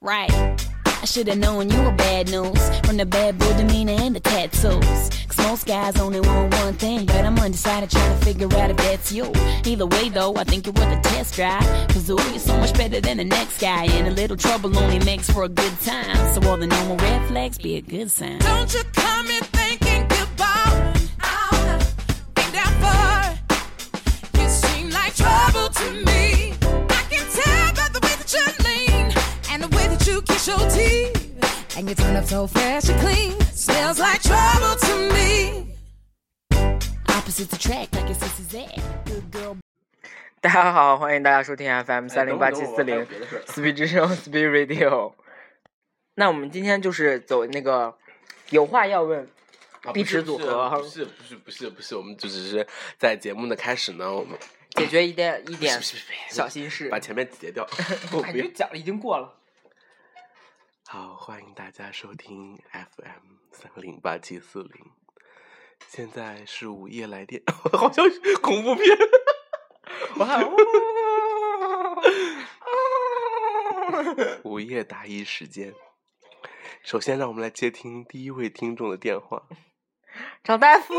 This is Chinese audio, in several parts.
right. I should've known you were bad news from the bad boy demeanor and the tattoos. Cause most guys only want one thing, but I'm undecided trying to figure out if that's you. Either way, though, I think you're worth a test drive. Cause ooh, you're so much better than the next guy, and a little trouble only makes for a good time. So all the normal red flags be a good sign. Don't you come in thinking goodbye. I'll be that far. You seem like trouble to me. I can tell by the way that you lean and the way that you kiss your teeth. And you turn up so fresh and clean. Smells like trouble to me. Opposites attract like your sister's at. Good girl. 大家好，欢迎大家收听哎 FM 三零八七四零别的事儿 Speed 之声 Speed Radio。那我们今天就是走那个有话要问，啊壁不是纸组不是合不是不是不是不是，我们就只是在节目的开始呢，我们解决一点一点不是不是不哎是小心事把。前面截 掉。我哎，不要就讲了，已经过 了。好，欢迎大家收听 FM 三零八七四零，现在是午夜来电， 好像是恐怖片。我看， 午夜答疑时间，首先让我们来接听第一位听众的电话。 张大夫，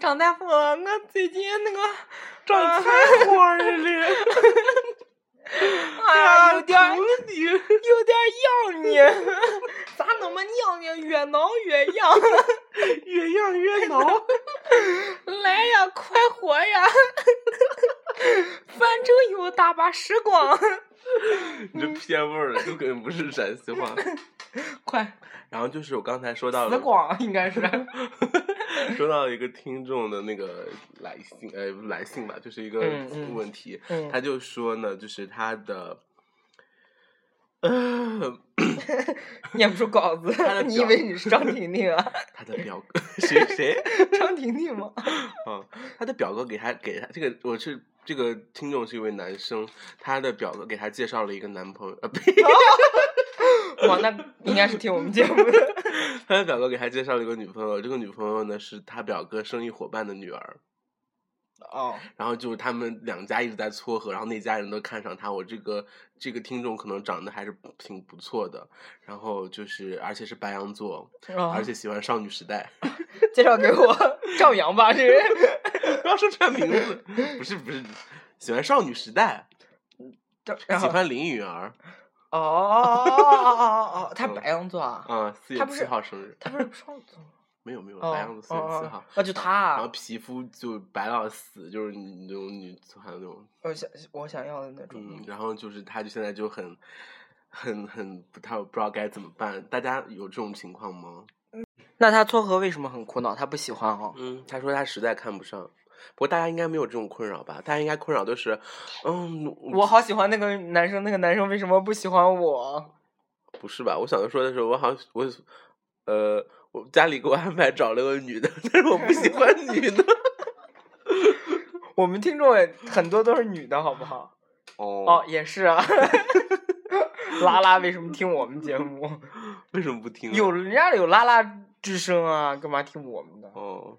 张大夫，啊我最近那个 长啊菜 花了，啊，有点儿头顶有点儿痒呢，咋那么痒呢？越挠越痒。 越 痒越挠。来呀，快活 呀！反正有大把时 光，你嗯这偏味儿了，根本不是陕西话。 快然后就是我刚才说到死了，光应该是。 说到一个听众的那个来信，呃，不是来信吧，就是一个嗯嗯问题，嗯他就说呢，就是他的，呃，念不出稿子他的，你以表为你是张婷婷啊？他的表谁谁，张婷婷吗？嗯，他的表哥给他给他这个，我是这个听众是一位男生，他的表哥给他介绍了一个男朋友，呃，呸哇，那应该是听我们节目的。 他的表哥给他介绍了一个女朋友，这个女朋友呢是他表哥生意伙伴的女儿。哦，然后就是他们两家一直在撮合，然后那家人都看上他。我这个这个听众可能长得还是挺不错的，然后就是而且是白羊座，而且喜欢少女时代。 介绍给我赵阳吧，这人。不要说出来名字，不是不是，喜欢少女时代，赵然喜后欢林允儿，哦哦哦哦哦哦，他白羊座啊，嗯，四月他不七是号生日，他不是双子吗？没有没有，哦白羊座四月七号哦。哦，就他啊然后。皮肤就白到死，就是那种女团那种，我想我想要的那种。嗯，然后就是他就现在就很，很很不太不知道该怎么办。大家有这种情况吗？那他撮合为什么很苦恼？他不喜欢哦。嗯，他说他实在看不上。不过大家应该没有这种困扰吧？大家应该困扰都是，嗯，我好喜欢那个男生，那个男生为什么不喜欢我？不是吧？我想说的是，我好像我，呃，我家里给我安排找了个女的，但是我不喜欢女的。我们听众也很多都是女的，好不好？ 哦哦，，也是啊。拉拉为什么听我们节目？ 为什么不听啊？有人家有拉拉之声啊，干嘛听我们的？哦，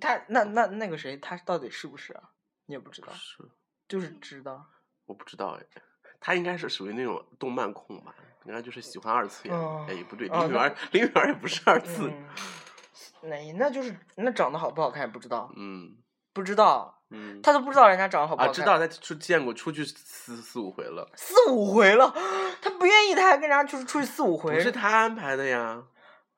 他那那那个谁，他到底是不是啊？你也不知道不，是，就是知道。我不知道哎。他应该是属于那种动漫控吧？应该就是喜欢二次元。哦哎，也不对，哦林允那儿，林允儿也不是二次。嗯，那那就是那长得好不好看也不知道，嗯不知道，嗯。他都不知道人家长得好不啊，好看。知道他出见过，出去四四五回了，四五回了，他不愿意，他还跟人家就是出去四五不回，是他安排的呀，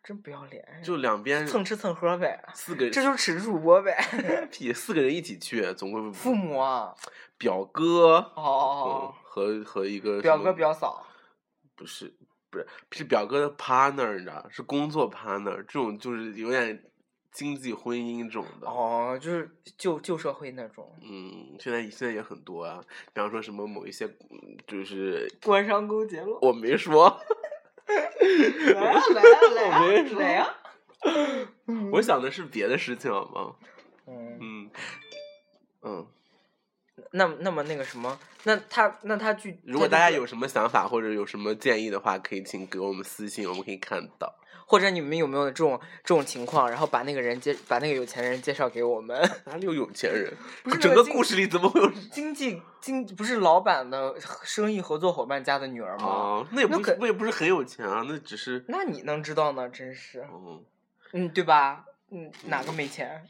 真不要脸，就两边蹭吃蹭喝呗，四个人，这就是吃主播呗。屁四个人一起去，总共父母啊，表哥哦嗯哦和和一个哦，什表么哥表嫂，不是不是是表哥的 partner，你知道是工作 partner，这种就是有点经济婚姻这种的。哦，就是旧旧社会那种嗯，现在现在也很多啊，比方说什么某一些，嗯就是官商勾结了。我没说，来啊来啊来 我没啊说来 啊！嗯我想的是别的事情好吗？嗯，嗯嗯，那么那么那个什么，那他那他去，如果他就大家是有什么想法或者有什么建议的话，可以请给我们私信，我们可以看到。或者你们有没有这种这种情况，然后把那个人介把那个有钱人介绍给我们？ 哪里有有钱人不是？ 整那个个经故事里怎么会有？ 经济经不是老板的生意合作伙伴家的女儿吗？哦，那也那不可是，那也不是很有钱啊，那只是，那你能知道呢？真是，嗯，嗯，对吧？嗯，哪个没钱？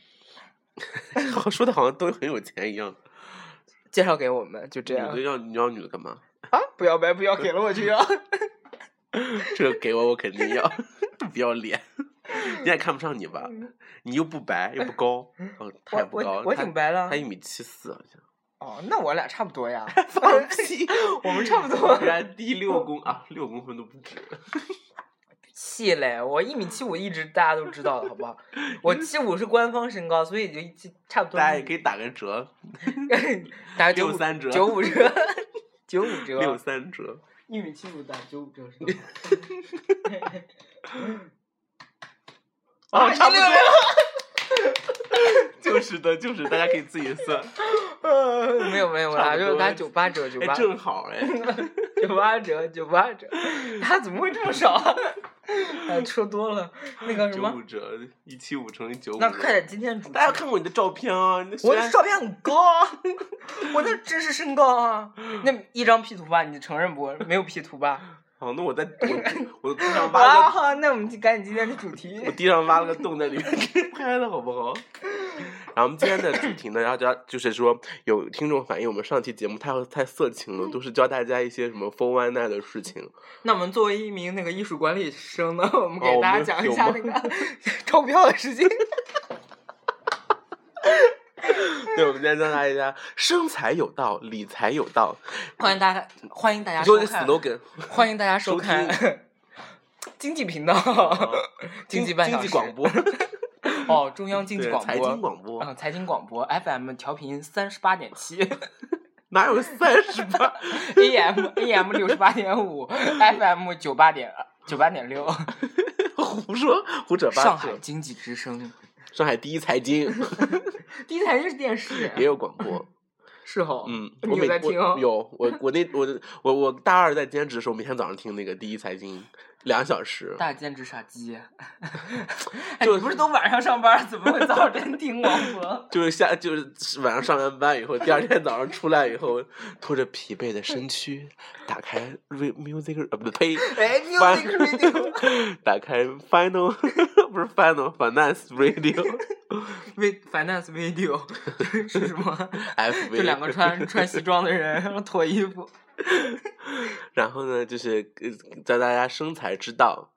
好像说的好像都很有钱一样。介绍给我们，就 这女样的要你要女的干嘛？啊！不要白不要，给了我就要。 这个给我，我肯定要， 不要脸。 你也看不上你吧？你又不白又不高，哦，他也嗯我不高我，我挺白的他，他一米七四好像。哦，那我俩差不多呀， 放屁！ 我们差不多 人家低六公啊，六公分都不止。嗯细嘞，我一米七五一直大家都知道的好不好？我七五是官方身高，所以就一七差不多。大家也可以打个折， 打个九五63折九五折， 九五折，六三折。一米七五打九五折 是吧？啊哦，差不16多。 就是的，就是的，大家可以自己算。没有没有，我差打不就多打九八折，九哎，八正好哎，九八折，九八折，他怎么会这么少啊？哎，说多了，那 个什九么五，折，一七五乘以九五。那快点，今天主题大家看过你的照片啊？你的虽我然的照片很高啊，我的真实身高啊，那一张 P 图吧，你承认不？没有 P 图吧？好，那我在 我我地上挖啊，了好，那我们就赶紧今天的主题个，我地上挖了个洞在里面给拍了，好不好？ 然后我们今天的主题呢，然后就要就是说有听众反映我们上期节目太太色情了，都是教大家一些什么风湾奈的事情。 那我们作为一名那个艺术管理生呢，我们哦给我大家们讲有一下吗那个 钞票的事情。对，我们今天教大家生财有道，理财有道，欢迎大家，欢迎大家就收是看， slogan。欢迎大家收收哦看 经济频道， 经济半小经时济广播， 哦，中央经济对广播，财经广播嗯，财经广播 FM 调频三十八点七哪有三十八？ ，AM AM 六十八点五，FM 九八点九八点六，胡说胡扯八扯！上海经济之声，上海第一财 经啊第一台就是电视，也有广 播。是哦，嗯，你有我每在听哦我有我我那我我我大二在兼职的时候，每天早上听那个第一财经两小时。大兼职傻 鸡，哎，你不是都晚上上班，怎么会早晨听广 播？就是下就是晚上上完班以后，第二天早上出来以后，拖着疲惫的身躯，打开 re music 呃不呸， 哎，music radio 打开 final 不是 final finance radio Vi- finance video 是什么？ FV 就两个穿穿西装的人，然后脱衣服。然后呢，就是呃教大家生财之道。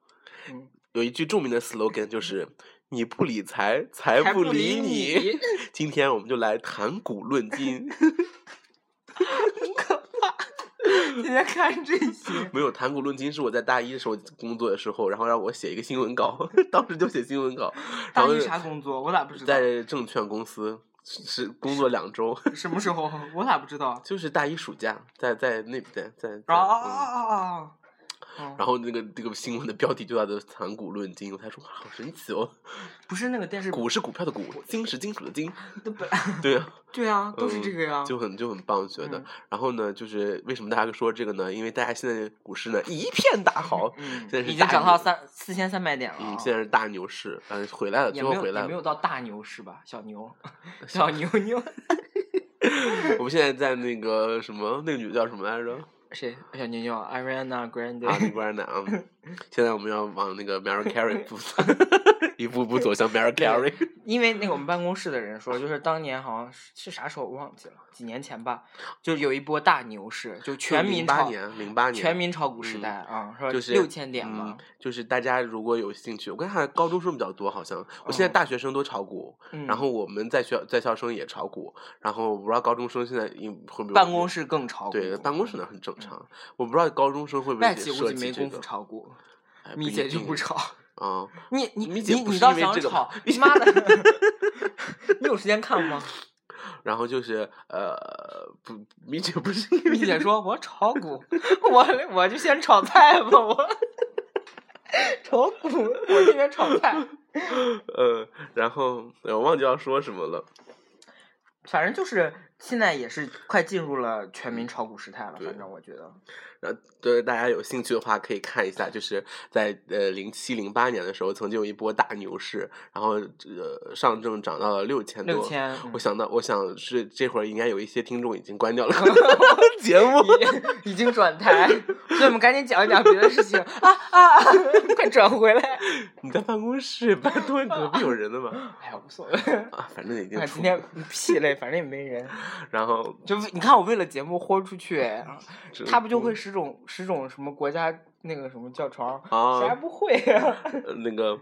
嗯有一句著 名的 slogan 就是“你不理财，财还不不理理你今天我们就来谈古论 今，今天看这些，没有谈古论今是我在大一的时候工作的时候，然后让我写一个新闻稿， 当时就写新闻 稿，然大后一啥工作？我咋不知道？在证券公司是是工作两周， 什么时候？我咋不知道？就是大一暑假在在那边在在、啊啊嗯，啊啊啊！然后那个这个新闻的标题就叫做“谈古论今”，我才说哇，好神奇哦，不是那个电视股是股票 的股，金是金属的金，的本， 对啊。对啊，都是这个呀。就很就很棒，觉得。嗯然后呢，就是为什么大家说这个呢？因为大家现在股市呢一片大好，嗯现在是已经大涨到牛三四千三百点了啊。嗯，现在是大牛市，嗯，回来了，也最后没有回也来没了。呃有到大牛市吧？小牛，小牛牛，我们现在在那个什么，那个女的叫什么 来着？谁？小牛牛，Ariana 啊，那 Grande。不然呢啊。现在我们要往那个 Mary Carey 步 一步步走向 Mary Carey。因为那个我们办公室的人说，就是当年好像是是啥时候我忘记了，几年前吧，就有一波大牛市，就全民八炒，年，零八年，全民炒股时嗯代啊，说就是六千点嘛嗯，，就是大家如果有兴趣，我看看高中生比较多，好像我现嗯在大学生都炒股，嗯然后我们在学在校生也炒股，然后我不知道高中生现在应会不会办公室更炒股，对办公室呢很正常，我不知道高中生会不会外也企估涉计及没这工夫个炒股，哎米姐就不一定炒。 啊。你你米你姐不你是倒因为想这个炒吧，你妈 的！你有时间看吗？然后就是呃，不，米姐 不是因为米姐这说：“我炒股， 我我就先炒菜吧，我 炒股，我这边炒菜。个，呃，然后呃我忘记要说什么了。反正就是现在也是快进入了全民炒股时态了，对反正我觉得。然后，对大家有兴趣的话，可以看一下，就是在呃零七零八年的时候，曾经有一波大牛市，然后呃上证涨到了六千多。六千，嗯我想到，我想是这会儿应该有一些听众已经 关掉了 节目。已已经 转台，所以我们赶紧讲一讲别的事情啊啊！啊 快转回来。你在办公室，拜托，你隔壁有人的吗？哎呀，无所谓，啊，反正已经 啊出今。天屁嘞，反正也没人。然后就你看我为了节目豁出去，哎只他不就会嗯十种十种什么国家那个什么叫床，谁还啊不会 啊？呃那个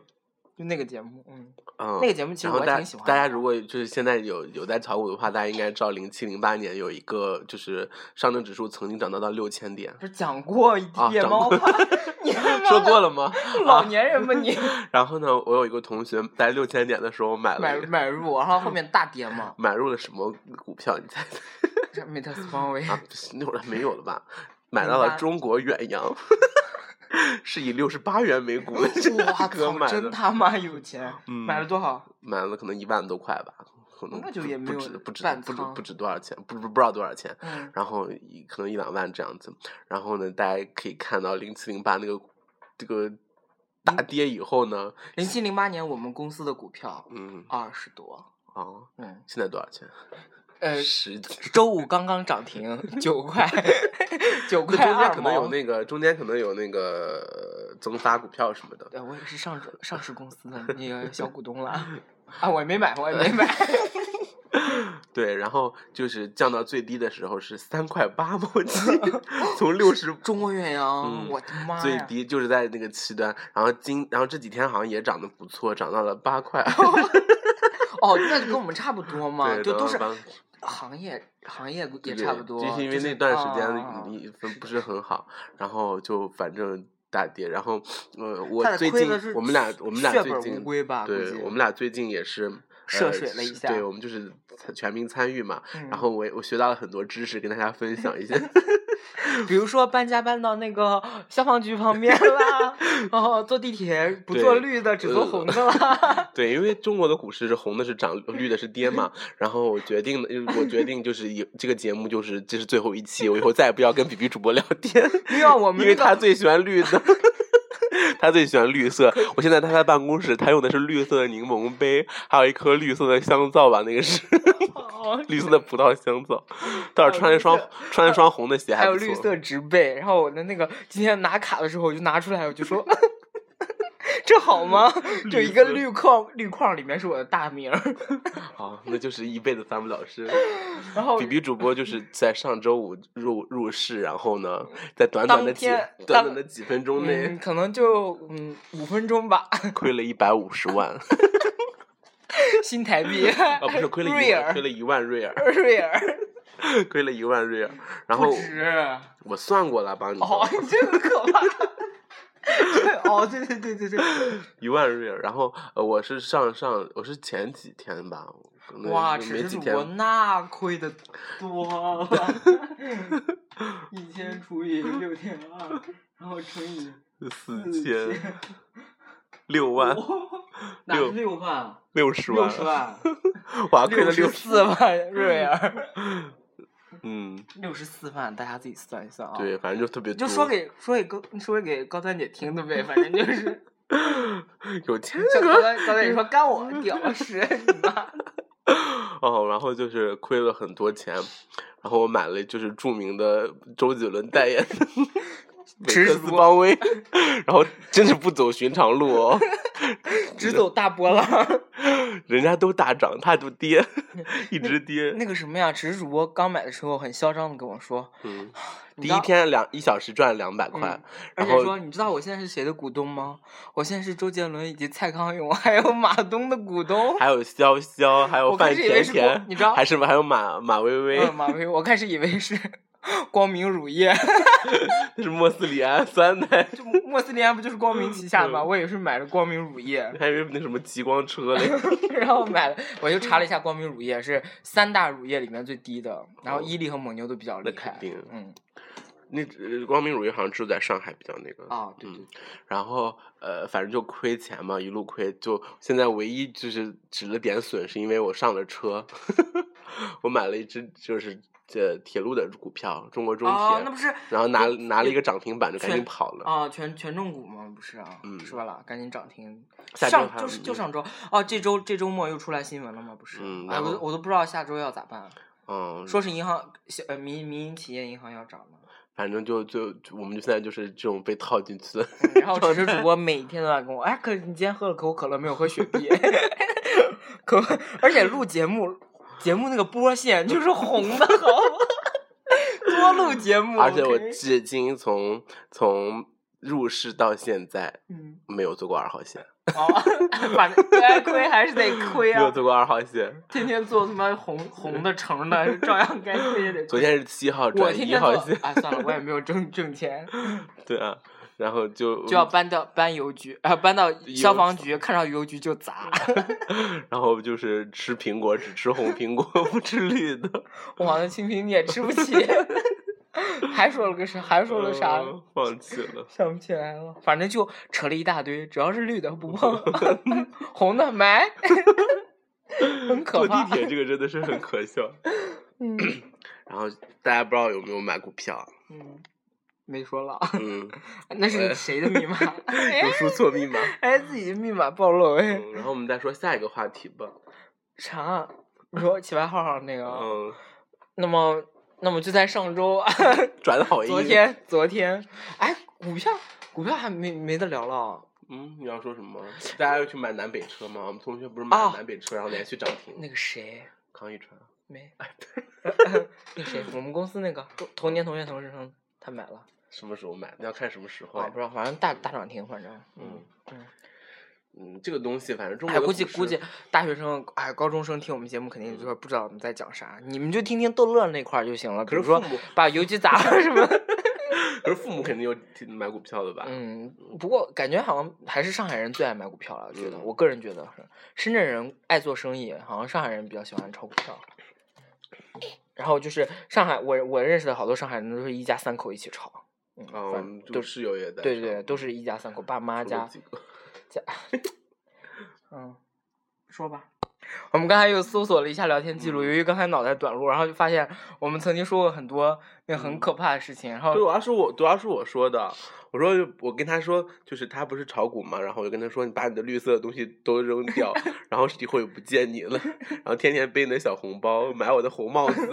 就那个节目，嗯，嗯那个节目其实然我还后大挺喜欢的。大家如果就是现在有有在炒股的话，大家应该知道零七零八年有一个就是上证指数曾经涨到到六千点，不是讲过啊夜讲猫过 吧？你他妈说过的了啊吗？ 老年人吧你？然后呢，我有一个同学在六千点的时候买了买一个买入，啊然后后面大跌嘛，买入了什么股票？你猜猜？ 美特斯邦威。啊，不是那会儿还没有了吧？买到了08中国远洋， 是以六十八元每股的 哇 价格靠！买真的，他妈有钱，嗯买了多少？买了可能一万多块吧，可能那就不也没不有止不止半不止仓不止多少钱，不不不知道多少钱。嗯，然后一可能一两万这样子。然后呢，大家可以看到零七零八那个这个嗯大跌以后呢，零七零八年我们公司的股票嗯二十多，哦，嗯，现在多少钱？呃，十几。周五刚刚涨停九 块，九那块中间二可能有毛。那个，中间可能有那个呃增发股票什么的。对，呃我也是上市上市公司的那个小股东了啊，我也没买，我也没 买。 对，然后就是降到最低的时候是三块八毛七， 从六十中国远洋，嗯我的哎妈呀！最低就是在那个七端。然后今，然后这几天好像也涨得不错，涨到了 八块。哦，那就跟我们差不多嘛，对就涨都到是了八行业行业也对差不多。啊哦就是因为那段时间你分不是很好，然后就反正大跌，然后呃，我他最得近亏的是我们俩我们俩血最本近无归吧？估对计，我们俩最近也是。涉呃水了一是下对我们就是全民参与嘛，嗯然后我也我学到了很多知识，跟大家分享 一下。比如说搬家搬到那个消防局旁边啦，然后坐地铁不坐对绿的，只坐呃红的啦。对，因为中国的股市是红的是涨，绿的是跌 嘛。然后我决定，呃我决定就是以这个节目就是这是最后一期，我以后再也不要跟比比主播聊天。因为我们 因为那个他最喜欢绿的， 他最喜欢绿色。我现在他在办公室，他用的是绿色的柠檬杯，还有一颗绿色的香皂吧，那个是哦绿色的葡萄香皂。倒是穿了一双还有穿了一双红的鞋还还有不错，绿色植被，然后我的那个今天拿卡的时候，我就拿出来，我就说， 这好吗？就一个绿色绿框，绿框里面是我的大名儿，好，那就是一辈子翻不了身。然后比比主播就是在上周五入入市，然后呢，在短短当的几天当短短的几分钟嗯，内可能就嗯五分钟吧， 亏了一百五十万，新台币，啊，不是亏了一瑞万尔亏了一万瑞尔，瑞尔，亏了一万瑞尔。然不后止，我算过了，帮你哦， 你这个可怕。 哦，对对对对对，一万瑞尔，然后呃，我是上上，我是前几天吧，可能哇，就只没是几我天，那亏的多了，一千除以六点二，然后乘以四千 六万哪六是六万？啊六十六万，十 万，啊我还亏了六十，六四万瑞尔，嗯，六十四万，大家自己算一算啊。对，，反正就特别就多，说给说给高说给高端姐听的呗，反正就是，有钱像人高端高端姐说干我屌事，你妈！哦，然后就是亏了很多钱，然后我买了就是著名的周杰伦代言 的美直特属斯邦威， 然后真是不走寻常路哦， 直走大波浪。人家都大涨，他都跌， 一直跌， 那个什么呀，只是主播刚买的时候很嚣张的跟我说，嗯。你第知道一，天两一小时赚两百块嗯，而然且后说你知道我现在是谁的股东吗？我现在是周杰伦以及蔡康永还有马东的股 东。还有潇潇，还有我开范始以为甜是甜郭，你知道还是还有马马薇薇， 嗯，马薇，我开始以为是 光明乳业， 那是莫斯里安酸奶，就莫斯利安不就是光明旗下吗？嗯我也是买了光明乳业， 还有那什么极光车嘞，然后买了，我就查了一下光明乳哦业是三大乳业里面最低的，然后伊利和蒙牛都比较那厉肯害。定。嗯，那呃光明乳业好像只有在上海比较那个啊，对嗯对，对然后呃，反正就亏钱嘛，一路亏。就现在唯一就是止了点损，是因为我上了车， 我买了一只就是这铁路的股票，中国中铁，啊，那不是然后拿有拿了一有个涨停板就赶全紧跑了。啊，权权重股嘛，不是啊，嗯说了，赶紧涨停。下周上还就是就嗯上周啊，这周这周末又出来新闻了吗？不是，嗯哎，然我都后我都不知道下周要咋办。嗯，说是银行小呃民民营企业银行要涨了，反正就就就我们就现在就是这种被套进去的状态。嗯然后主持主播每天都在跟我，哎，可是你今天喝了可口可乐没有喝雪碧？ 可 而且录节目节目那个波线就是红的，好吗？多录节目，而且我 OK 至今从从入市到现在嗯，没有坐过二号线，好吧， 反正该亏还是得亏没有啊。坐过二号线。 天天做他妈红红的橙的，照样该亏也得亏。昨天是七号我转天一天做号线，啊，算了，我也没有挣挣钱，对啊，然后就就要搬到搬邮局，啊，搬到消邮防局，看上邮局就砸。然后就是吃苹果，只吃红苹果， 不吃绿的。哇，那清平你也吃不起， 还说了个啥？还说了啥？嗯放弃了。 想不起来了，反正就扯了一大堆，只要是绿的不碰， 红的买， 很可坐怕地。铁这个真的是很可笑。 嗯然后大家不知道有没有买股票？啊嗯，没说了， 嗯，那是谁的密码？有输错密码。哎， 自己的密码暴露哎。嗯，然后我们再说下一个话题吧。啥？你说起外号上那个啊？嗯，那么，那么就在上周，转的好 硬。昨，天，昨天，哎，股票，股票还没没得聊了。嗯，你要说什么？大家要去买南北车吗？我们同学不是买啊了南北车，然后连续涨停。那个谁，康一川，没，哎 那谁，我们公司那个同年同月同日生，他买了，什么时候买的？要看什么时候我呀。不知道，反正大大涨停，反正，嗯嗯嗯，这个东西反正中国哎，的估计股市嗯估计大学生，哎，高中生听我们节目肯定就会不知道我们在讲啥，你们就听听逗乐儿那块儿就行了，比可如是说父母把邮局砸了什 么的。可是父母肯定有买股票的吧？啊嗯，不过感觉好像还是上海人最爱买股票了，我觉得，嗯我个人觉得是，深圳人爱做生意，好像上海人比较喜欢炒股票。然后就是上海，我我认识的好多上海人都是一家三口一起炒，嗯，啊，我反们正就都室友也在。嗯对对对，都是一家三哦口，爸妈除了加几个。加，嗯，说吧。我们刚才又搜索了一下聊天记录，嗯由于刚才脑袋短路，然后就发现我们曾经说过很多那很可怕的事情，然后嗯对，我要是我，主要是我说的，我说我跟他说，就是他不是炒股嘛，然后我就跟他说，你把你的绿色的东西都扔掉， 然后以后也不见你了， 然后天天背你的小红包，买我的红帽子。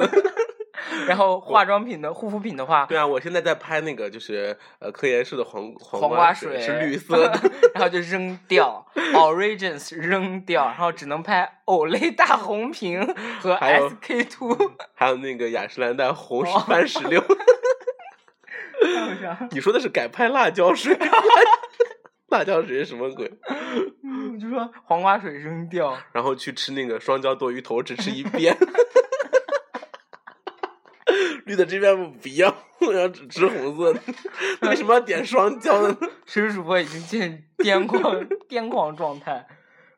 然后化妆品的护肤品的话， 对啊，我现在在拍那个就是呃科研室的黄黄黄瓜水水是 绿色的，然后就扔掉，Origins 扔掉，然后只能拍 Olay 大红瓶和还有 SK two，还有那个雅诗兰黛红哦石番石 榴。 你说的是改拍辣 椒水，辣椒水是什么鬼？我就说黄瓜水扔掉，然后去吃那个双椒剁鱼头，只吃一 边。绿的这边不要，我要只吃红色的。 那为什么要点双椒呢？实时主播已经进 入癫狂癫狂状态。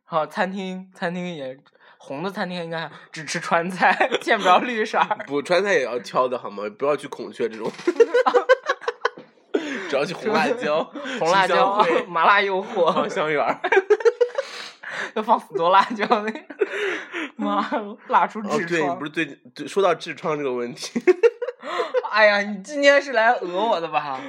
好，餐厅餐厅也红的餐厅应该只吃川菜，见不着绿色儿。不，川菜也要挑的好吗？不要去孔雀这种，只要去红辣椒、 哦红辣七香椒烩、麻辣诱惑黄，香 园儿。要放死多辣椒那个， 妈辣出哦，痔对，你疮不。是最近对说到痔疮这个问 题哎呀，你今天是来讹我的吧？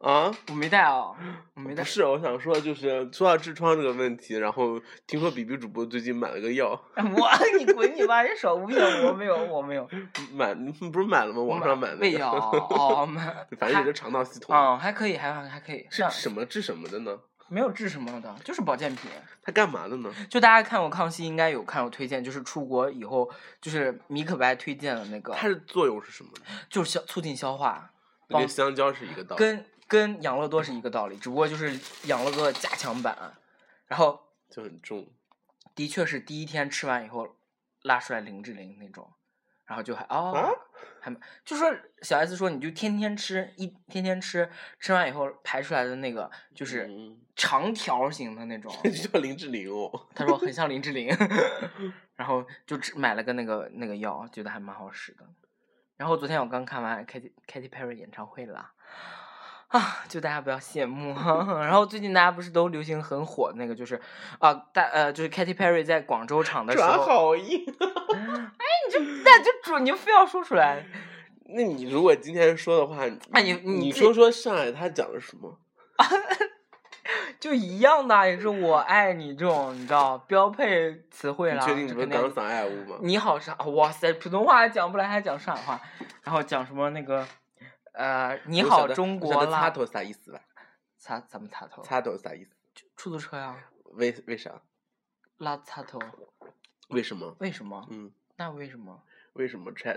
啊？我没带啊，我没带不。是，我想说就是说到痔疮这个问题，然后听说比比主播最近买了个药， 我 你滚你吧，这手无形，我没有，我没有。买 不是买了吗？网上买的胃 药哦，买反正也是还肠道系统。嗯，还可以，还还还可以，是那什么治什么的呢？没有治什么的，就是保健品。它干嘛的呢？就大家看过《康熙》，应该有看过推荐，就是出国以后，就是米可白推荐的那个，它的作用是什么呢？就是消促进消化，那帮跟香蕉是一个道理。跟跟养乐多是一个道理，只不过就是养乐多的加强版。啊然后就很重。 的确是第一天吃完以后拉出来林志玲那种，然后就还哦，啊还蛮就说小 S 说你就天天吃，一天天吃，吃完以后排出来的那个就是嗯长条形的那种，就像林志玲哦，他说很像 林志玲，然后就只买了个那个那个药，觉得还蛮好使的。然后昨天我刚看完 Katy Katy Perry 演唱会了，啊，就大家不要羡慕。 然后最近大家不是都流行很火的那个，就是啊，大呃，就是 Katy Perry 在广州场的时爪候，好硬。你 就那就准，你就非要说出来。那你如果今天说的话，哎你你你自己说说上海他讲的什么？就一样的，啊也是我爱你这种，你知道标配词汇你啦。确定你就不是肯定刚上爱屋吗？你好上，哇塞，普通话还讲不来，还讲上海话，然后讲什么那个，呃，你我好晓得中我国晓得啦插，头啥意思吧？擦怎么擦头？插头啥意思？出租车呀、为为啥？拉擦头，为什么？为什么？嗯，那为什么？为什么插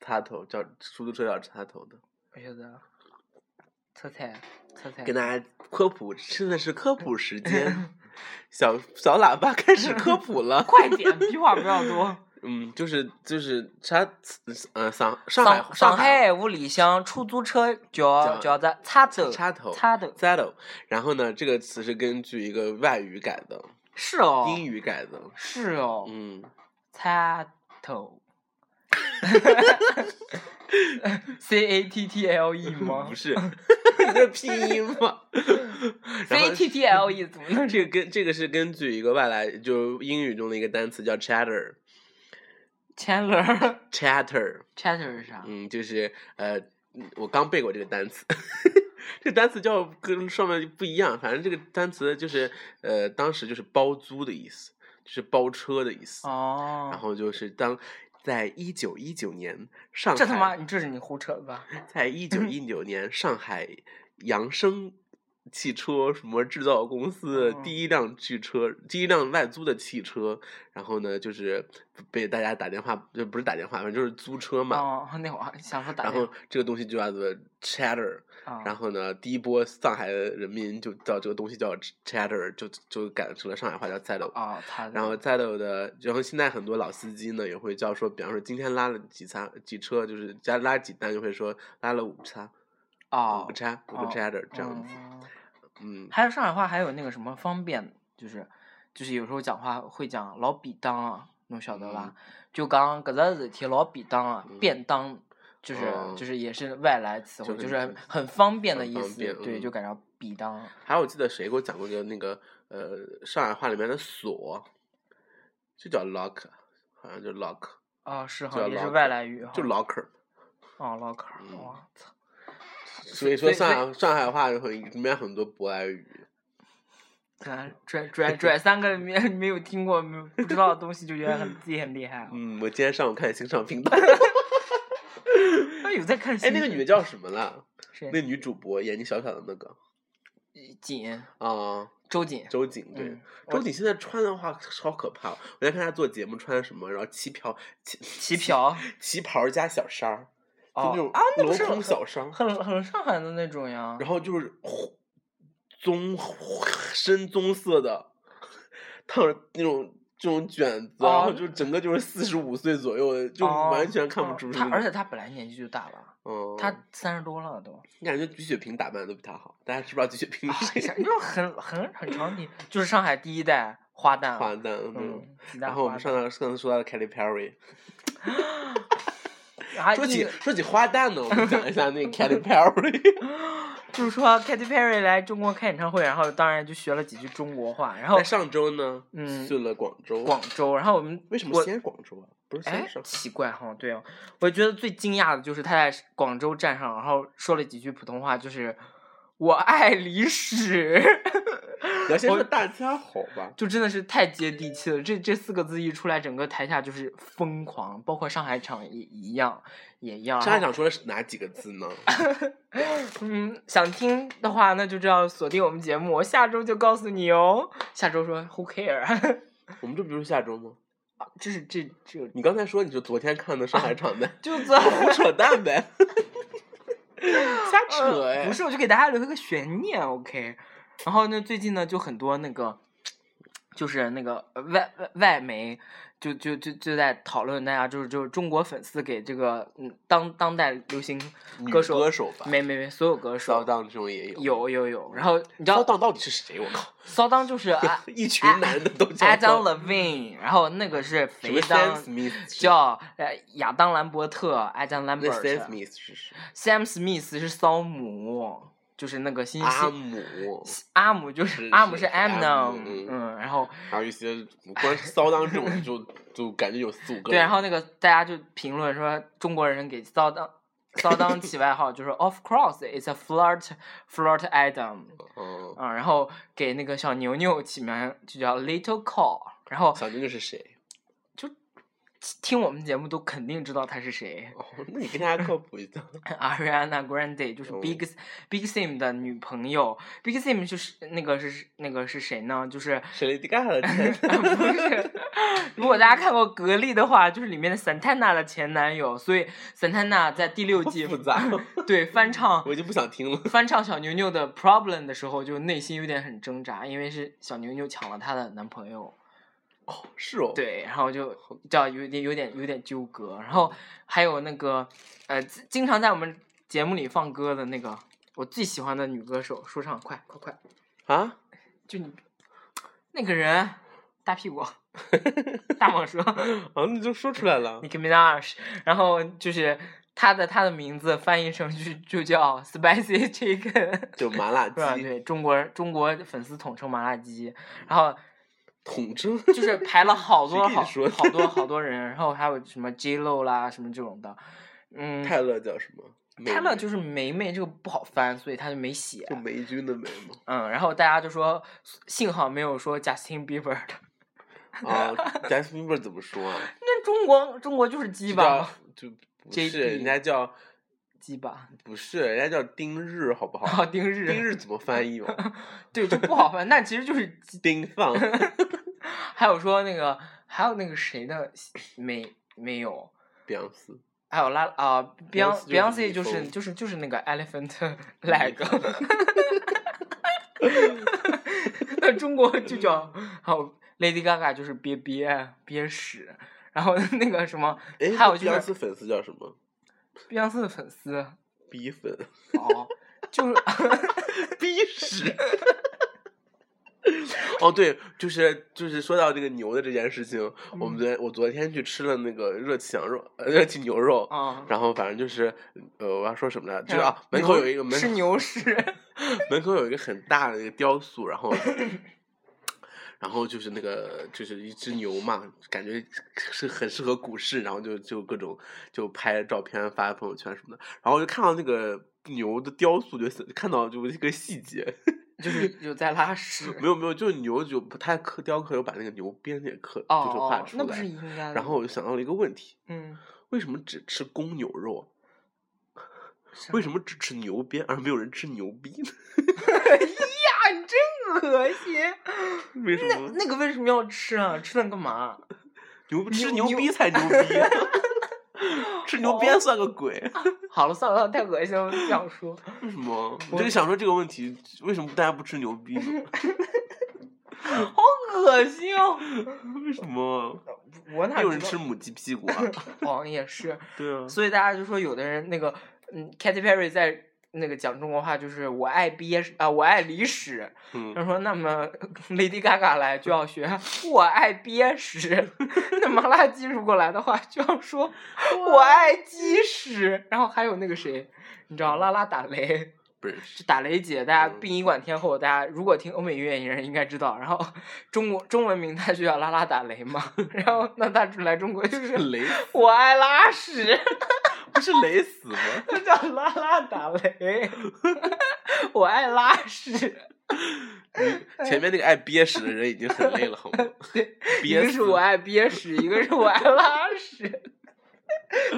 插头叫出租车叫插头的？我觉得，车菜，车菜，跟大家科普，现在是科普时间， 小小喇叭开始科普了。快点，屁话不要多。嗯，就是就是插呃上上海上上海海屋里向出租车叫叫叫啥？擦头，插头擦头， saddle，然后呢，这个词是根据一个外语改的，是哦，英语改的。是哦， 嗯，擦头 ，C A T T L E 吗不 是，你这拼音吗？？C 然 A 后 T T L E 怎么 能是？ 这个跟这个是根据一个外来，就是英语中的一个单词叫 chatter，chatter， Chandler Chatter 是啥？嗯，就是呃，嗯我刚背过这个单词， 这个单词叫跟上面不一样，反正这个单词就是呃，当时就是包租的意思，就是包车的意思，然 哦，后就是当。在一九一九年，上海这他妈你这是你胡扯吧？在一嗯九一九年，上海扬升汽车什么制造公司哦第一辆汽车，第一辆外租的汽车，然后呢，就是被大家打电话，就不是打电话，反正就是租车嘛。哦，那会儿想说打然电后这个东西就叫做 chatter，、话，哦然后后呢，第一波上海的人民就叫这个东西叫 chatter，就就改成了上海话叫 saddle。啊，擦头，然后再有的，然后现在很多老司机呢也会叫说，比方说今天拉了几餐几车，就是加拉几单，就会说拉了五餐，哦五，差五哦个 cheddar 这样子，哦嗯，还有上海话，还有那个什么方便，就是就是有时候讲话会讲老便当啊，侬晓得嗯伐？就讲搿只事体老便当啊，便当就是、哦就是也是外来词汇，就就是是很很方便的很意方思，便对，嗯就感觉便当啊还有我记得谁给我讲过一个那个呃上海话里面的锁，就叫 lock，好像就 lock，啊，是叫哈，也是 locker，外来语哈，就 locker，啊 l o c 嗯我操，所以所说以上海上海话很里面很多舶来语，咱拽拽拽三个没 没有听过、没有不知道的东西，就觉得很自己很厉害啊。嗯，我今天上午看新上 频道，那有在看哎，新那个剧女的叫什么啦？谁那女主播眼睛小小的那个锦啊。周锦，周瑾对嗯，周瑾现在穿的话超可怕，我在看她做节目穿什么，然后旗袍旗旗袍旗袍加小衫儿，就哦那种啊那不镂是空很小衫儿，很很上海的那种呀。然后就是红棕深棕色的，烫着那种这种卷子，然哦后就整个就是四十五岁左右的，就哦完全看不哦出是他，那而种且他本来年纪就大了，嗯，他三十多了 都。你感觉鞠雪萍打扮的都比他好，大家知不知道鞠雪萍啊是一下谁？那种很很很长的，就是上海第一代花旦。 花旦对。嗯，几大然后我花们旦上到上次说到的 Katy Perry，还说一起个说起花旦呢，我们讲一下 那个 Katy Perry，就是说 Katy Perry 来中国开演唱会，然后当然就学了几句中国话，然后在上周呢嗯去了广州，广州，然后我们为什么我先广州啊？不是哎先上，海？奇怪哈，对哦，我觉得最惊讶的就是他在广州站上，然后说了几句普通话，就是“我爱历史”， 你要先我说大家好吧，就真的是太接地气了。这这四个字一出来，整个台下就是疯狂，包括上海场也一样，也一样。上海然后，场说的是哪几个字呢？嗯，想听的话，那就这样锁定我们节目，我下周就告诉你哦。下周说 Who care？ 我们这不就是下周吗？这是这这，你刚才说你就昨天看的上海场的啊 就 这。胡扯淡 呗，瞎扯哎！嗯不是，我就给大家留一个悬念，OK。然后呢，最近呢，就很多那个就是那个呃外外外媒就就就就在讨论大家就是就是中国粉丝给这个嗯当当代流行女歌手歌手吧没没没所有歌骚手荡这种也有，有有有，然后你知骚道荡到底是谁？我靠，骚当 就是啊一群男的都叫哎 Adam 当 Levine，然后那个是什肥么 Sam 当 Smith 是叫呃亚当兰伯特 Adam 那 Sam Lambert。 Smith 是谁？ Sam Smith 是骚姆，就是那个新阿星。姆，阿姆就是是阿姆是是是阿姆 Eminem，嗯嗯，然后还有一些光是骚荡这种就就感觉有四五个人。对，然后那个大家就评论说中国人给骚当骚 当起外号，就是 Of course it's a flirt flirt Adam，嗯，嗯，然后给那个小牛牛起名就叫 Little Call，然后小妞妞是谁？听我们节目都肯定知道他是谁哦，那你跟大家科普一下。 ，Ariana Grande 就是哦 Big、Big Sim 的女朋友，Big Sim 就是那个是那个是谁呢？就是谁来迪卡的 不是， 如果大家看过《格力》的话，就是里面的 Santana 的前男友，所以 Santana 在第六季复杂，对翻唱我就不想听了。 翻唱小牛牛的《Problem》的时候，就内心有点很挣扎，因为是小牛牛抢了她的男朋友，哦，是哦，，对，然后就叫有点有点有点纠葛，然后还有那个呃，经经常在我们节目里放歌的那个我最喜欢的女歌手说唱，快快快，啊，就你那个人大 屁股大蟒蛇。啊，那就说出来了。 Nicki Minaj，然后就是他的他的名字翻译成就就叫 Spicy Chicken， 就麻辣是吧？鸡对中国中国粉丝统称麻辣鸡，然后统称，就是排了好谁多跟你好说的好多好多人，然后还有什么 J Lo 啦什么这种的，嗯，泰勒叫什么？美泰勒就是是梅梅这个不好翻，所以他就没写就，霉菌的霉 嘛。嗯，然后大家就说幸好没有说 Justin Bieber 的， 啊，Justin Bieber 怎么说啊？那中国中国就是鸡就吧叫，就不 JD 是，人家叫鸡吧，不是，人家叫丁日，好不然后好？丁日丁日怎么翻译嘛？ 对就不好翻，那其实就是鸡丁放，还有说那个，还有那个谁的没没有？碧 昂斯。还有拉啊，Beyonce Beyonce 就是 Beyonce 就是蜜蜂就是就是那个 Elephant Leg，那中国就叫还有 Lady Gaga 就是憋憋憋屎，然后那个什么哎，还有那就碧昂是斯粉丝叫什么？ Beyonce 的粉丝逼粉，哦，就是 逼屎。哦，对，就是就是说到这个牛的这件事情，我嗯们昨天我昨天去吃了那个热气羊肉，呃，热气牛肉，啊，然后反正就是，呃，我要说什么来着？就是啊，门口牛有一个门嗯是牛屎，门口有一个很大的一个雕塑，然后， 然后就是那个就是一只牛嘛，感觉是很适合股市，然后就就各种就拍照片发朋友圈什么的，然后就看到那个牛的雕塑，就看到就一个细节， 就是有在拉屎，没有没有，就是牛就不太刻雕刻，有把那个牛鞭给刻，哦就是画哦，出那不是来。应该的，然后我就想到了一个问题，嗯，为什么只吃公牛肉啊？什为什么只吃牛鞭，而没有人吃牛逼呢？呀，啊你真恶心。 为什么？那个为什么要吃啊？吃那干嘛？牛吃牛牛牛逼才牛 逼，啊吃牛鞭算个鬼？啊好了，算了，算了太恶心了，不想 说。为什么？我就想说这个问题，为什么大家不吃牛逼呢？好恶心哦！为什么？ 我哪知没有道人吃母鸡屁股啊？ 哦，也是。对啊，所以大家就说，有的人那个，嗯，Katy Perry 在那个讲中国话，就是我爱憋屎啊、我爱离屎。 嗯，他说，那么 Lady Gaga 来就要学我爱憋屎，那麻辣鸡如果来的话，就要说我爱鸡屎。然后还有那个谁，你知道拉拉打雷。不是， 就打雷姐，大家嗯殡仪馆天后，大家如果听欧美音乐人应该知道。然后中国中文名她就叫拉拉打雷嘛，然后那她来中国就是是雷，我爱拉屎， 不是雷死吗？就叫拉拉打雷，我爱拉屎，你前面那个爱憋屎的人已经很累了，好吗？ 对，一憋个死是我爱憋屎，一个是我爱拉屎。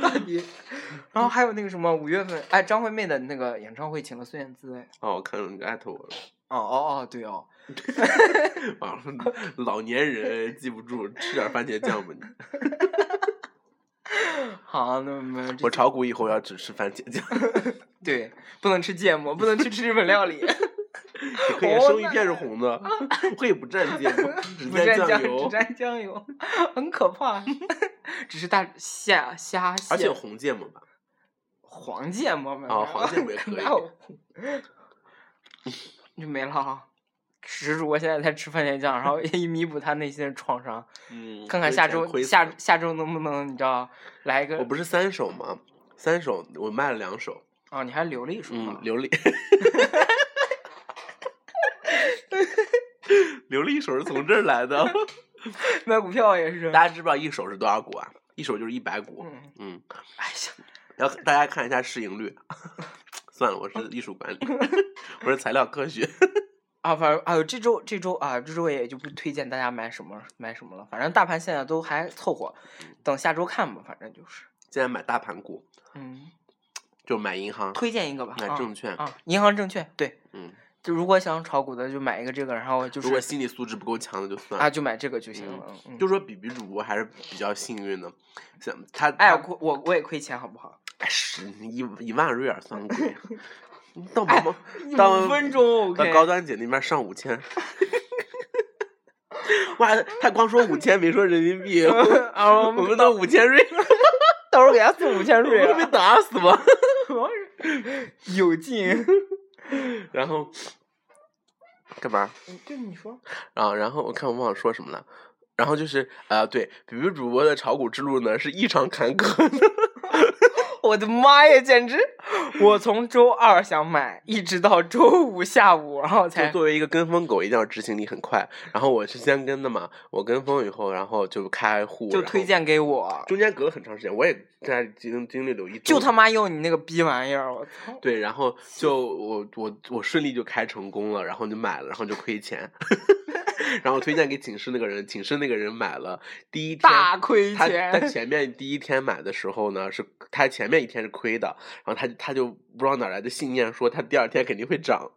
到底，然后还有那个什么五月份，哎，张惠妹的那个演唱会请了孙燕姿，哎，哦，我看到你艾特我了。 哦哦哦，对哦，网上老年人记不住，吃点番茄酱吧你。 好，那我们这我期炒股以后要只吃番茄酱。对，不能吃芥末，不能去吃日本料理。你可哦以生鱼片是红的， 可以不 蘸芥末，只啊不蘸酱酱，油 只，蘸酱油，很可怕。 只是大虾虾蟹，而且有红芥末吧。黄芥末嘛，啊黄芥末也可以哪有 就没了哈。实主播现在在吃番茄酱，然后以弥补他内心的创伤。嗯，看看有下点周亏死下下周能不能你知道来一个我不是三首吗？三首我卖了两首，啊？你还留了一手呢嗯，。琉 璃，琉璃一手是从这儿 来的。买股票也是。大家知不知道一手是多少股啊？一手就是一百股。嗯，嗯，哎呀，然后大家看一下市盈率。 算了，我是艺术管理， 我是材料科学。啊，反正哎呦，这周这周啊，这周也就不推荐大家买什么买什么了。反正大盘现在都还凑合，等下周看吧。反正就是，现在买大盘股，嗯，就买银行、推荐一个吧。买啊证券。啊，银行证券对，嗯，就如果想炒股的就买一个这个，然后就如果是心理素质不够强的就算啊了。就买这个就行了。嗯嗯就说比比主播还是比较幸运的，像他哎，他我我我也亏钱好不好？哎十一一万瑞尔算贵， 到哎毛毛到钟到呃高端姐那边上五千。哇，他光说五千，没说人民币，啊，我我们们都五千瑞，到时候给他送五千我们瑞啊都被打死吗？有劲。然后干嘛？嗯对，你说啊，然后我看我忘了说什么了。然后就是呃，对，比比主播的炒股之路呢是异常坎坷的。我的妈呀，简直！我从周二想买，一直到周五下午，然后就才作为一个跟风狗，一定要执行力很快。然后我是先跟的嘛，我跟风以后，然后就开户，就然后推。荐给我，中间隔了很长时间，我也在经经历了有一就周他妈用你那个逼玩意儿，我操！对，然后就我我我顺利就开成功了，然后就买了，然后就 亏钱，然后推荐给寝室那个人，寝室那个人买了第一天。大亏他他钱，前面第一天买的时候呢，是他前面一天是亏的，然后他他就不知道哪来的信念，说他第二天肯定会涨，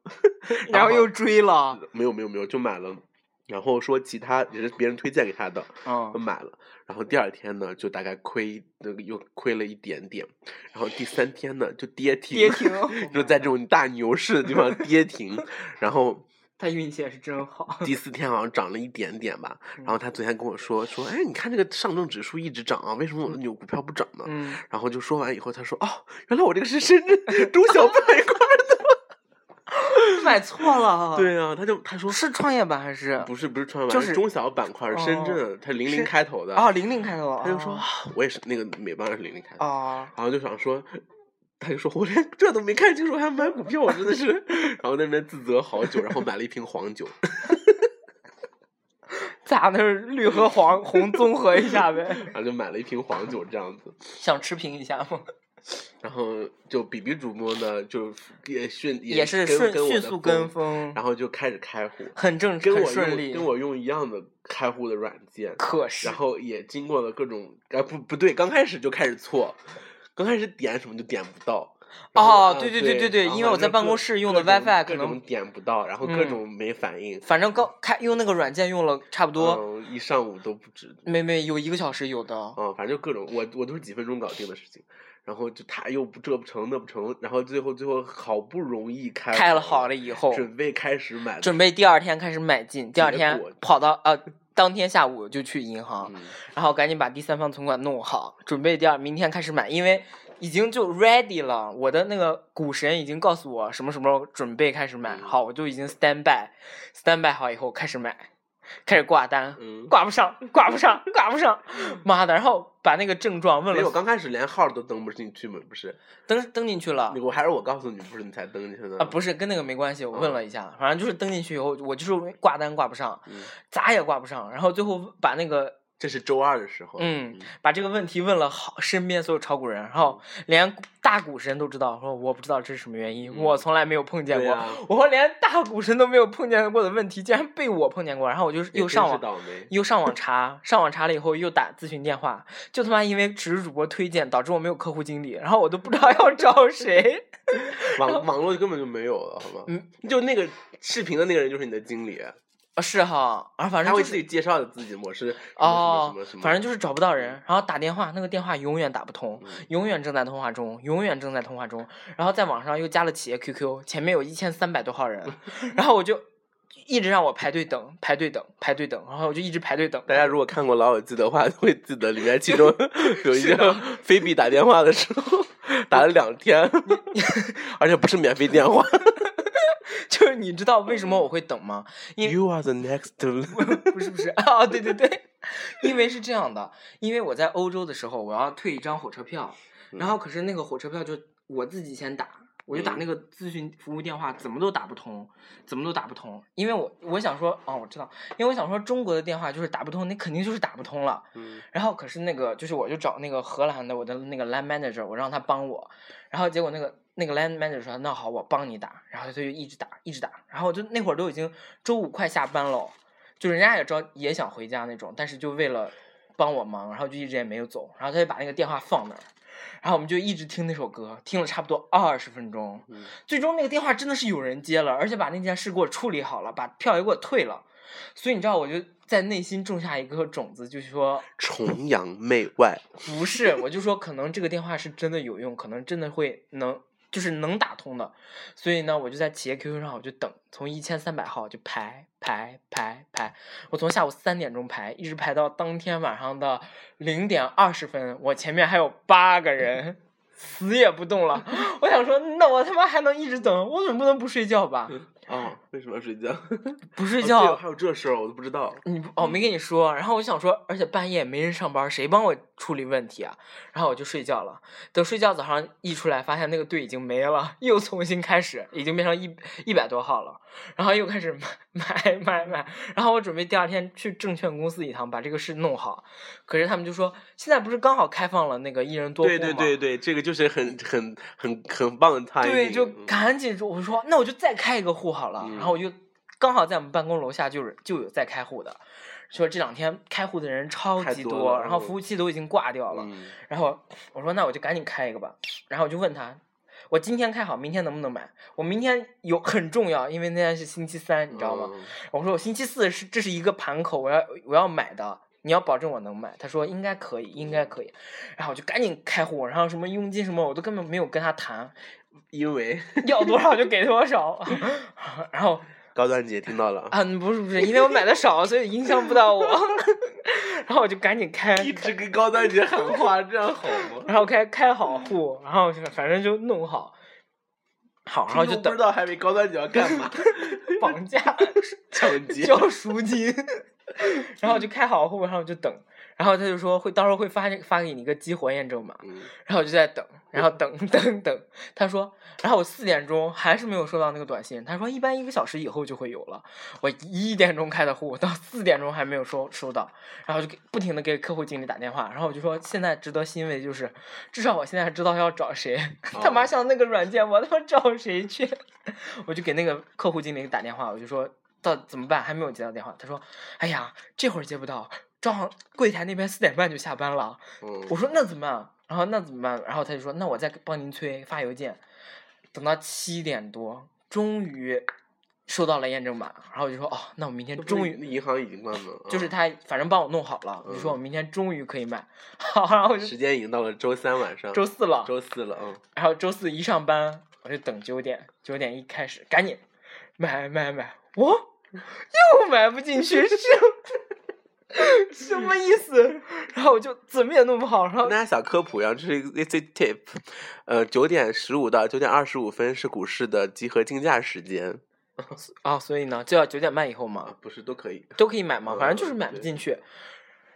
然后又追了，没有没有没有就买了，然后说其他也是别人推荐给他的，嗯我，买了，然后第二天呢就大概亏那个又亏了一点点，然后第三天呢就跌停，跌停 就在这种大牛市的地方跌停，然后他运气也是真好。第四天好像涨了一点点 吧，然后他昨天跟我说说，哎，你看这个上证指数一直涨啊，为什么我的牛股票不涨 呢？嗯，然后就说完以后，他说：“哦，原来我这个是深圳中小板块 的。买错”了。，对啊，他就他说是创业板还是？不是不是川湾，就是是中小板块，深哦圳，它零零是开头的。啊，零零开头。他就说啊啊：“我也是那个美邦也是零零开头。”啊，然后就想说，他就说我连这都没看清楚，还买股票，我真的 是。然后那边自责好久，然后买了一瓶黄酒，咋的？绿和黄红综合一下呗。然后就买了一瓶黄酒这样子。 想持平一下吗？然后就比比主播呢，就也迅也是跟顺跟我迅的速跟，风，然后就开始开户，很正跟很我顺用利。跟我用一样的开户的软件，可是然后也经过了各种，啊不不对，刚开始就开始错，刚开始点什么就点不到。然后哦啊对对对对对对然后因为我反在正办各公室用的各种 WiFi 各可能种点不到，然后各嗯种没反应，反正刚开用那个软件用了差不多，嗯一上午都不止，没没有一个小时有的。啊，反正就各种我我都是几分钟搞定的事情，然后就他又不这不成那不成，然后最后最后好不容易开开了好好了以后，准备开始买的准备第二天开始买进，第二结天果跑到呃当天下午就去银行，嗯然后赶紧把第三方存款弄好，准备第二明天开始买，因为已经就 ready 了。我的那个股神已经告诉我什么什么时候准备开始买，嗯好，我就已经 stand by，stand by 好以后开始买，开始挂单，嗯挂不上，挂不上，挂不上，妈的！然后把那个症状问没有，了，刚开始连号儿都登不进去嘛，不是？登登进去了我还是我告诉你，不是你才登进去的啊，不是跟那个没关系，我问嗯了一下，反正就是登进去以后，我就是挂单挂不上，嗯咋也挂不上，然后最后把那个这是周二的时候。嗯，把这个问题问了好身边所有炒股人，然后连股大股神都知道，说我不知道这是什么原因，嗯我从来没有碰见对过，啊我说连大股神都没有碰见过的问题，竟然被我碰见过，然后我就也又真上是网。倒霉。又上网查，上网查了以后又打咨询电话，就他妈因为只是主播推荐，导致我没有客户经理，然后我都不知道要找谁。 网网络根本就没有了，好吗？嗯，就那个视频的那个人就是你的经理，啊是哈，啊反他正会就自己是介绍自己，我是什么哦什么什么什么，反正就是找不到人，然后打电话，那个电话永远打不通，嗯永远正在通话中，永远正在通话中，然后在网上又加了企业 QQ，前面有一千三百多号人，嗯 然后我就一直让我排队等，排队等，排队等，然后我就一直排队等，大家如果看过《老友记》的话，都会记得里面其 中有一个菲比打电话的时候打了两天， 而且不是免费电话。就是你知道为什嗯么我会等吗？因 You are the next to 不是不是啊，对对对，因为是这样的，因为我在欧洲的时候，我要退一张火车票，然后可是那个火车票就我自己先打，我就打那个咨询服务电话，怎么都打不通，怎么都打不通，因为我我想说，哦，我知道，因为我想说中国的电话就是打不通，你肯定就是打不通了。嗯然后可是那个就是我就找那个荷兰的我的那个 line manager，我让他帮我，然后结果那个那个 line manager 说那好我帮你打，然后他就一直打一直打，然后我就那会儿都已经周五快下班了，就人家也知道也想回家那种，但是就为了帮我忙，然后就一直也没有走，然后他就把那个电话放那儿。然后我们就一直听那首歌，听了差不多二十分钟，嗯最终那个电话真的是有人接了，而且把那件事给我处理好了，把票也给我退了。所以你知道，我就在内心种下一颗种子，就是说崇洋媚外。不是，我就说可能这个电话是真的有用，可能真的会能，就是能打通的。所以呢，我就在企业 QQ 上我就等，从一千三百号就排排排排，我从下午三点钟排，一直排到当天晚上的零点二十分，我前面还有八个人。死也不动了， 我想说，那我他妈还能一直等？我总不能不睡觉吧？哦，为什么要睡觉？不睡睡觉还有这事儿，我都不知道。你不哦没嗯跟你说，然后我想说，而且半夜没人上班，谁帮我处理问题啊？然后我就睡觉了。等睡觉，早上一出来，发现那个队已经没了，又重新开始，已经变成一一百多号了。然后又开始买买买买，然后我准备第二天去证券公司一趟，把这个事弄好。可是他们就说，现在不是刚好开放了那个一人多户吗？对对对对，这个就是很很很很棒的 timing。对，就嗯赶紧说，我说那我就再开一个户好了。然后我就刚好在我们办公楼下就是就有在开户的，说这两天开户的人超太级多了然后嗯服务器都已经挂掉了。嗯然后我说那我就赶紧开一个吧，然后我就问他。我今天开好，明天能不能买？我明天有很重要，因为那天是星期三，你知道吗？嗯我说我星期四是这是一个盘口，我要我要买的，你要保证我能买。他说应该可以，应该可以。然后我就赶紧开户，然后什么佣金什么我都根本没有跟他谈，因为 要多少就给多少。然后 高端姐听到了啊，啊，不是不是，因为我买的少，所以影响不到我。然后我就赶紧开，一直跟高端姐喊话，这样好吗？然后开开好户，然后就反正就弄好，好，然后就听众不等知道还没高端姐要干 嘛，绑架抢劫。交赎金， 然后就开好户，然后就等。然后他就说会到时候会发发给你一个激活验证码，嗯然后我就在等，然后等等等，他说，然后我四点钟还是没有收到那个短信，他说一般一个小时以后就会有了。我一点钟开的户，到四点钟还没有收收到，然后就给不停的给客户经理打电话，然后我就说现在值得欣慰就是，至少我现在知道要找谁，他妈哦像那个软件，我他妈找谁去？ 我就给那个客户经理打电话，我就说到怎么办，还没有接到电话，他说，哎呀，这会儿接不到，正好柜台那边四点半就下班了。嗯我说那怎么办？然后那怎么办？然后他就说那我再帮您催发邮件，等到七点多，终于收到了验证码，然后我就说哦，那我明天那不是终那于。银行已经关门了，就是啊他，反正帮我弄好了，我就说嗯我明天终于可以买，好，然后我时就间已经到了周三晚上，周四了，周四了，嗯，然后周四一上班，我就等九点，九点一开始赶紧买买买，我又买不进去，是 什么意思？然后我就怎么也弄不好，然后跟大家小科普一样，这是一个 it's a tip，呃，九点十五到九点二十五分是股市的集合竞价时间啊、所以呢，就要九点半以后嘛啊，，不是都可以。都可以买嘛，反正就是买不进去。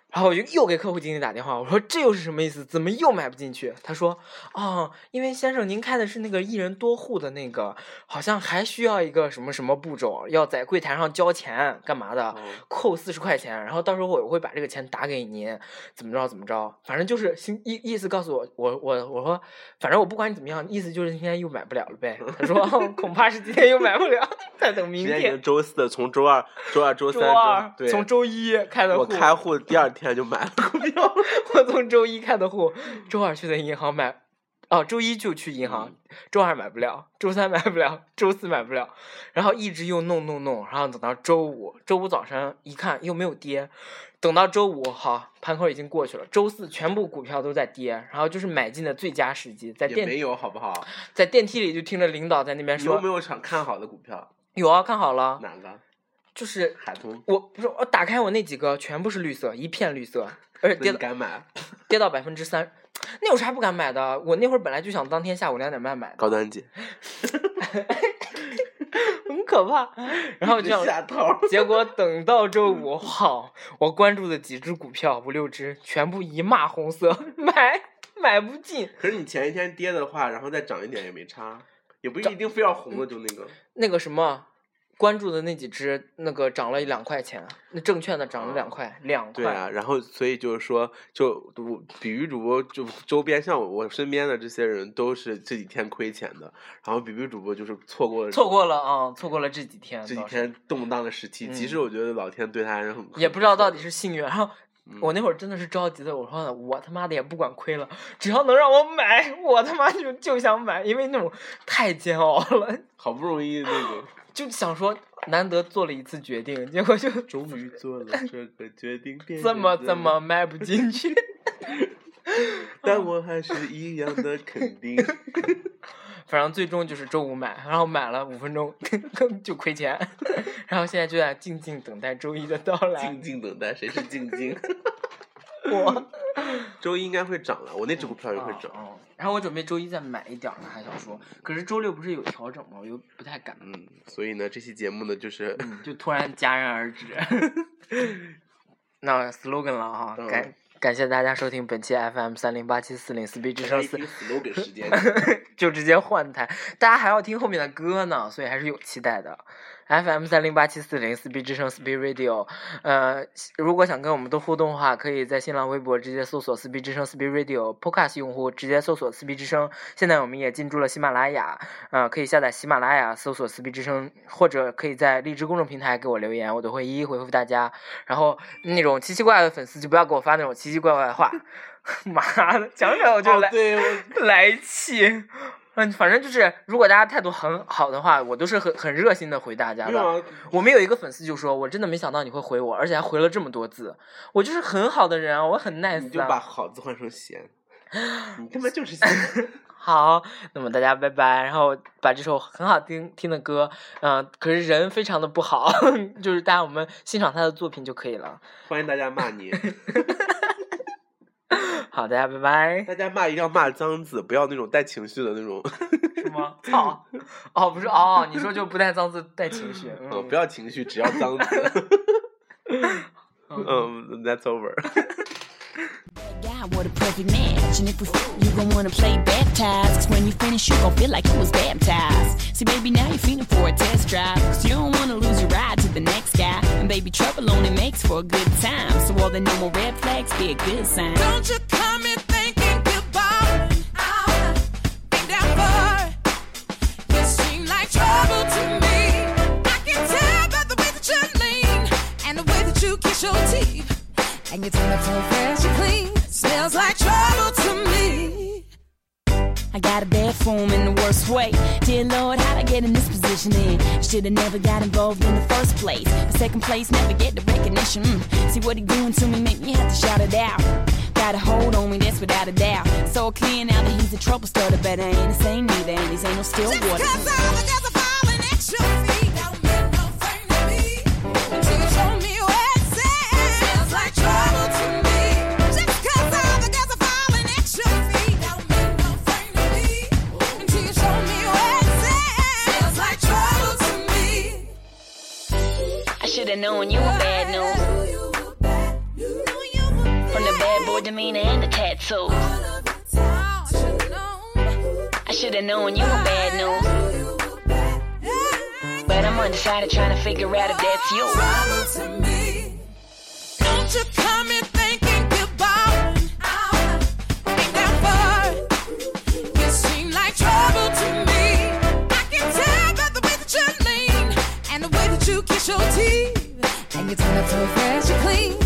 然后我就又给客户经理打电话，我说这又是什么意思？怎么又买不进去？他说，哦，因为先生您开的是那个一人多户的那个，好像还需要一个什么什么步骤，要在柜台上交钱干嘛哦的，扣四十块钱，然后到时候我会把这个钱打给您，怎么着怎么着，反正就是心意意思告诉我，我我我说，反正我不管你怎么样，意思就是今天又买不了了呗。他说、哦恐怕是今天又买不了， 再等明时间已天经。周四，从周二、周二、周周三、二对，从周一开的户，我 开户第二天就买了股票，我从周一开的户，周二去的银行买，哦，周一就去银行，嗯周二买不了，周三买不了，周四买不了，然后一直又弄弄弄，然后等到周五，周五早上一看又没有跌，等到周五好盘口已经过去了，周四全部股票都在跌，然后就是买进的最佳时机，在也没电有好不好？在电梯里就听着领导在那边你有说没有想看好的股票？有啊，看好了，哪个？就是海通？我不是我打开我那几个全部是绿色，一片绿色，而且那跌你到敢买？跌到百分之三，那有啥不敢买的？啊我那会儿本来就想当天下午两点半买的，高端姐， 很可怕。然后这样，下头儿。结果等到周五，好，我关注的几只股票五六只，全部一骂红色， 买买不进。可是你前一天跌的话，然后再涨一点也没差，也不一定非要嗯红了就那个。那个什么，关注的那几只，那个涨了一两块钱，啊那证券的涨了两块，两块。对啊，然后所以就是说，就我比喻主播就周边，像我我身边的这些人都是这几天亏钱的，然后比喻主播就是错过了错过了啊、错过了这几天，这几倒是天动荡的时期。其嗯实我觉得老天对他还是很 也不知道到底是幸运。然后嗯我那会儿真的是着急的，我说我他妈的也不管亏了，只要能让我买，我他妈就就想买，因为那种太煎熬了，好不容易那个就想说难得做了一次决定，结果就 终于做了这个决定，变这么成这么卖不进去。 但我还是一样的 肯定。反正最终就是周五买，然后买了五分钟 就亏钱， 然后现在就在静静等待周一的到来静。静等待，谁是静静？ 我周一应该会涨了，我那只股票也会啊涨。啊然后我准备周一再买一点儿呢，还想说，可是周六不是有调整吗？我又不太敢。嗯，所以呢，这期节目呢，就是嗯，就突然戛然而止。 那 slogan 了哈，嗯感感谢大家收听本期 FM 三零八七四零四 B 之声四， slogan 时 间。就直接换台，大家还要听后面的歌呢，所以还是有期待的。FM 三零八七四零四 B 之声四 B Radio，呃，如果想跟我们多互动的话，可以在新浪微博直接搜索四 B 之声四 B Radio，Podcast 用户直接搜索四 B 之声。现在我们也进驻了喜马拉雅，呃，可以下载喜马拉雅搜索四 B 之声，或者可以在荔枝公众平台给我留言，我都会一一回复大家。然后那种奇奇怪怪的粉丝就不要给我发那种奇奇怪怪的话， 妈的，讲起来我就来。哦，对，我 来气。嗯，反正就是，如果大家态度很好的话，我都是很很热心的回大家没有的。啊，我们有一个粉丝就说，我真的没想到你会回我，而且还回了这么多字。我就是很好的人啊，我很你 nice 就把啊。好字换 成闲，你他妈就是闲。 好，那么大家拜拜，然后把这首很好听听的歌，嗯、可是人非常的不好， 就是大家我们欣赏他的作品就可以了。欢迎大家骂你，好，大家拜拜。大家骂一定要骂脏字，不要那种带情绪的那种， 什么？操！ 哦，不是哦，你说就不带脏字带情绪，嗯，嗯不，要情绪，只要脏字。嗯，That's over。 God, what a perfect match. And if we f- you gon' wanna play baptized. Cause when you finish, you gon' feel like you was baptized. See, baby, now you're feeling for a test drive. Cause you don't wanna lose your ride to the next guy. And baby, trouble only makes for a good time. So all the normal red flags be a good sign. Don't you come in thinking goodbye. I think that boy, you seem like trouble to me. I can tell by the way that you lean and the way that you kiss your teeth. And you turn up so fresh and clean. Smells like trouble to me. I got a bad form in the worst way. Dear Lord, how'd I get in this position in? Should've never got involved in the first place. The second place never get the recognition. Mm. See what he doing to me, make me have to shout it out. Got a hold on me, that's without a doubt. So clear now that he's a trouble starter, but I ain't the same neither, and he's ain't no still Just water. cause all the girls are falling at your feet don't mean no thing to me. Until you show me what's at. Smells like trouble to me. Just cause all the girls are falling at your feet don't mean no thing to me. Until you show me what's at. Smells like trouble to me. I should've known you were bad news. From the bad boy demeanor and the tattoos. I should've known you were bad news. news. But I'm undecided trying to figure out if that's you. Trouble to me. Don't you come in thinking you're bowing out. Ain't that far? You seem like trouble to me. I can tell by the way that you lean and the way that you kiss your teeth. And you turn up so fresh and clean.